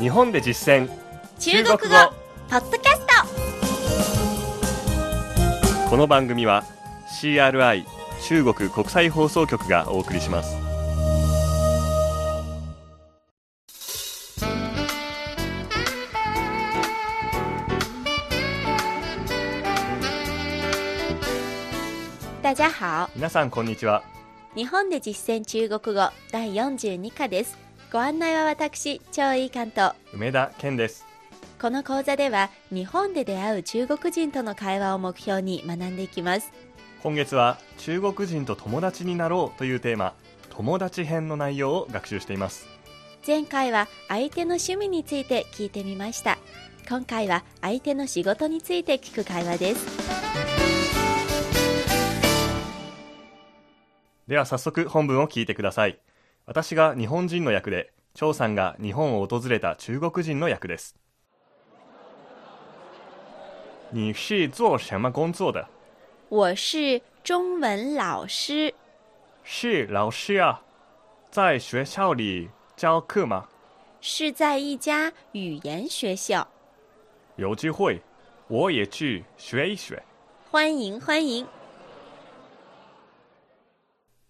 日本で実践中国語ポッドキャスこの番組は CRI 中国国際放送局がお送りしますト大家好皆さんこんにちは日本で実践中国語第42課ですご案内は私超いい関東梅田健ですこの講座では日本で出会う中国人との会話を目標に学んでいきます今月は中国人と友達になろうというテーマ友達編の内容を学習しています前回は相手の趣味について聞いてみました今回は相手の仕事について聞く会話ですでは早速本文を聞いてください私が日本人の役で張さんが日本を訪れた中国人の役です你是做什么工作的？我是中文老师是老师啊，在学校里教课吗？是在一家语言学校有机会，我也去学一学。欢迎欢迎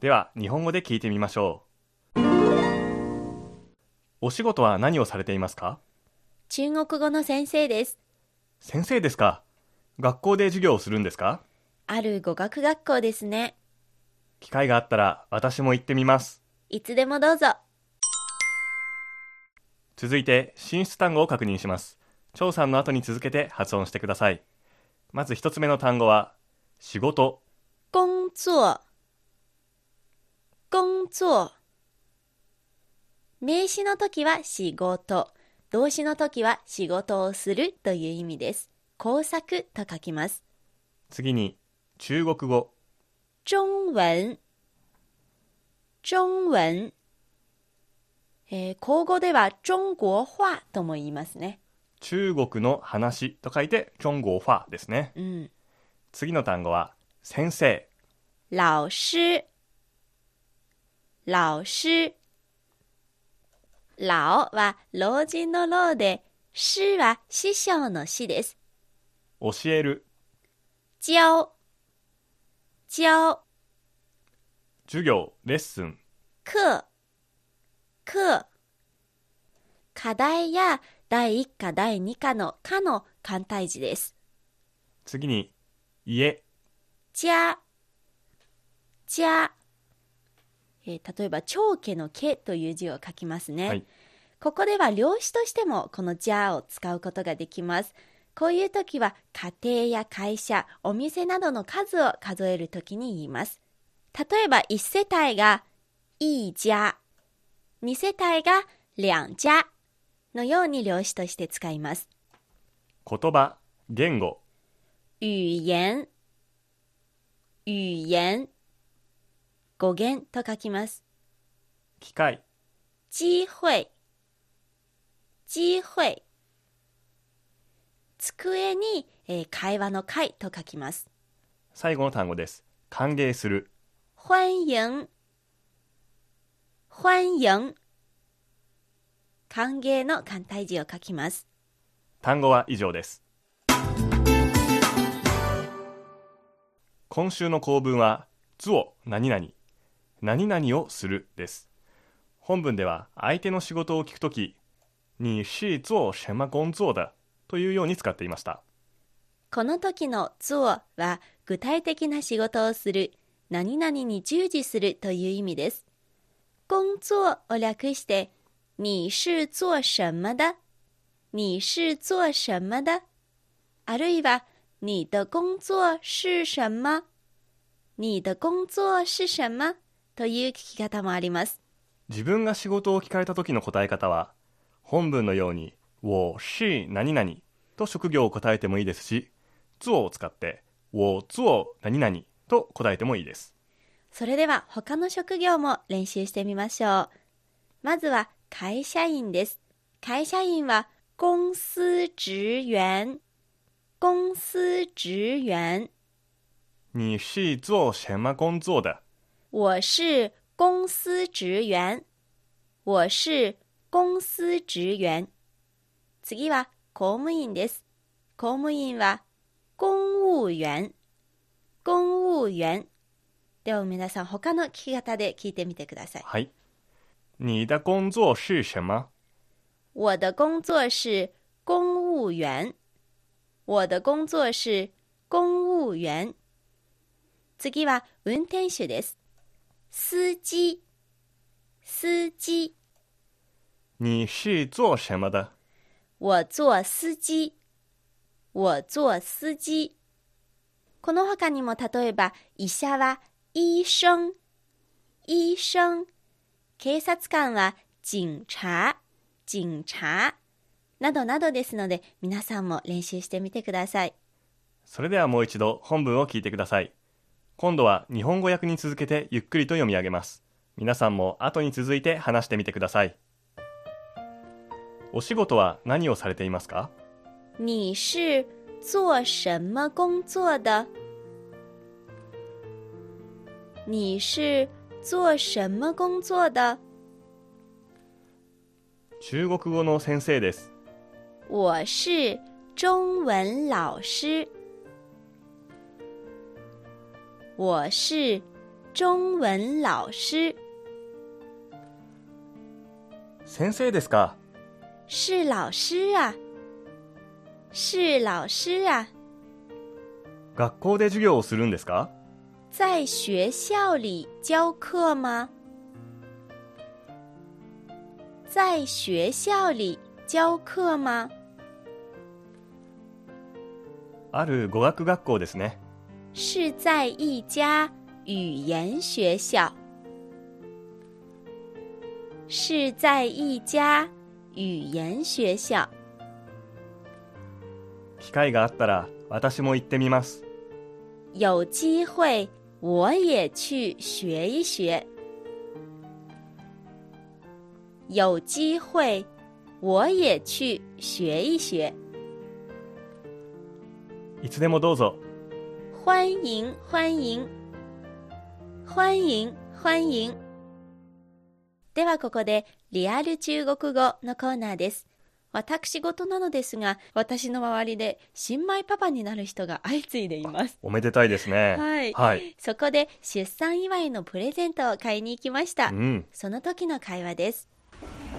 では、日本語で聞いてみましょう。お仕事は何をされていますか中国語の先生です先生ですか学校で授業をするんですかある語学学校ですね機会があったら私も行ってみます。いつでもどうぞ続いて、進出単語を確認します。張さんの後に続けて発音してください。まず一つ目の単語は、仕事、工作工作名詞の時は仕事動詞の時は仕事をするという意味です工作と書きます次に、中国語、中文中文えー、口語では中国話とも言いますね中国の話と書いて、中国話ですね。うん次の単語は、先生、老师，老师。老は老人の老で、師は師匠の師です。教える、教、教、授業、レッスン、課、課。課題や第1課第2課の課の簡体字です。次に、家、家、家。えー例えば、長家の家という字を書きますね。はいここでは量子としてもこの「じゃ」を使うことができます。こういう時は家庭や会社、お店などの数を数える時に言います。例えば1世帯が「いいじゃ」2世帯が「两じゃ」のように量子として使います。言葉、言語、語言語言語源と書きます。機械、机会、机会。机に、えー会話の会と書きます。最後の単語です。歓迎する、欢迎、欢迎。歓迎の簡体字を書きます。単語は以上です。今週の構文は、図を何々、何々をするです。本文では、相手の仕事を聞くとき、你是做什么工作的というように使っていました。この時の做は具体的な仕事をする、何々に従事するという意味です。工作を略して、你是做什么的你是做什么的あるいは、你的工作是什么你的工作是什么という聞き方もあります。自分が仕事を聞かれた時の答え方は本文のように「我是何々」と職業を答えてもいいですし「つ」を使って「我做何々」と答えてもいいですそれでは他の職業も練習してみましょう。まずは会社員です。会社員は公司职員。公司职員。 「你是做什么工作的我是公司职员。我是公司职员。次は公務員です。公務員は公務員。公務員。では皆さん他の聞き方で聞いてみてください。はい。你的工作是什么？我的工作是公务员。我的工作是公务员。次は運転手です。司機、司機。你是做什么的？我做司機。我做司機。この他にも例えば、医者は医生、医生。警察官は警察、警察。などなどですので、皆さんも練習してみてください。それではもう一度本文を聞いてください。今度は日本語訳に続けてゆっくりと読み上げます。皆さんも後に続いて話してみてください。お仕事は何をされていますか你是做什么工作的？你是做什么工作的？中国語の先生です。我是中文老师。我是中文老师，先生ですか是老师啊，是老师啊，学校で授業をするんですか在学校里教课吗？在学校里教课吗？ある語学学校ですね。是在一家语言学校，是在一家语言学校。機会があったら私も行ってみます。有机会我也去学一学。有机会我也去学一学。いつでもどうぞ。欢迎，欢迎，欢迎，欢迎。ではここでリアル中国語のコーナーです。私事なのですが、私の周りで新米パパになる人が相次いでいます。おめでたいですね。はいはい。そこで出産祝いのプレゼントを買いに行きましたう。ん。その時の会話です。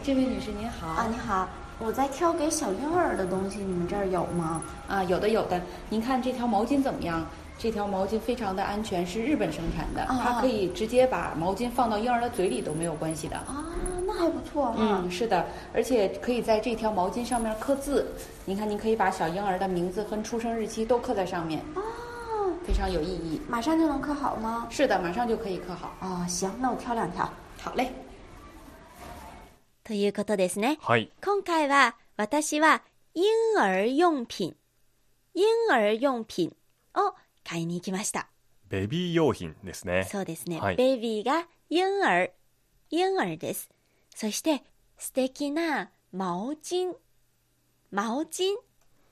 这位女士您好啊，你好，我在挑给小婴儿的东西，你们这儿有吗？啊，有的有的，您看这条毛巾怎么样？这条毛巾非常的安全，是日本生产的，啊它可以直接把毛巾放到婴儿的嘴里都没有关系的。啊，那还不错哈、嗯，是的，而且可以在这条毛巾上面刻字。您看，您可以把小婴儿的名字和出生日期都刻在上面，哦，非常有意义。马上就能刻好吗？是的，马上就可以刻好。啊，行，那我挑两条。好嘞。ということですね。はい。今回は私は婴儿用品、婴儿用品を買いに行きました。ベビー用品ですね。そうですね。はいベビーがユンアル、ユンアルです。そして素敵な毛巾、毛巾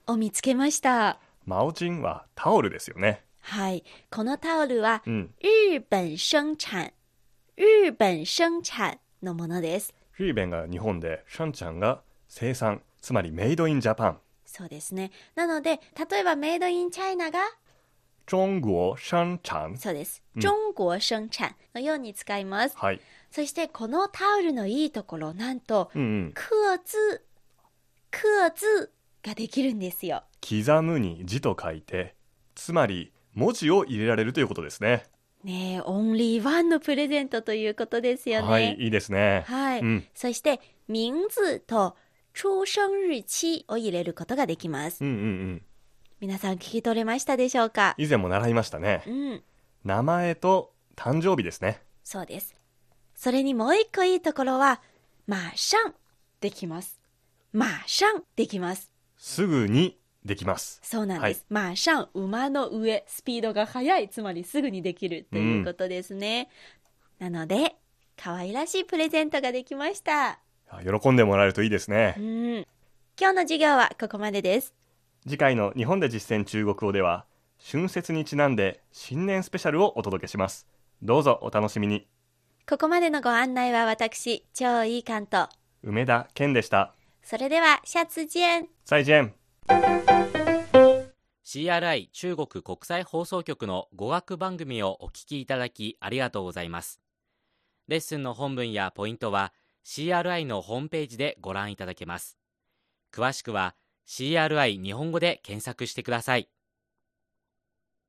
を見つけました。マオチンはタオルですよね。はい。このタオルはうん。日本生産、日本生産のものです。フィリベンが日本で、シャンちゃんが生産、つまりメイドインジャパン。そうですね。なので、例えばメイドインチャイナが、中国シャンちゃん。そうです。うん中国生産のように使います。はい。そしてこのタオルのいいところ、なんと、うんうん。刻字、刻字ができるんですよ。刻むに字と書いて、つまり文字を入れられるということですね。ねえ、オンリーワンのプレゼントということですよね。はい、いいですね。はいうん。そして、名字と出生日期を入れることができます。うんうんうん。皆さん聞き取れましたでしょうか以前も習いましたねう。ん、名前と誕生日ですね。そうです。それにもう一個いいところは、マシャンできます。マシャンできます。すぐにできます。そうなんです。まあ、シャン、馬の上、スピードが速い、つまりすぐにできるということですね。なので、可愛らしいプレゼントができました。あ喜んでもらえるといいですうね。ん。今日の授業はここまでです。次回の日本で実践中国語では、春節にちなんで新年スペシャルをお届けします。どうぞお楽しみに。ここまでのご案内は私、超いい関東。梅田健でした。それでは、シャツジェン再见。 CRI 中国国際放送局の語学番組をお聞きいただきありがとうございます。レッスンの本文やポイントは CRI のホームページでご覧いただけます。詳しくは CRI 日本語で検索してください。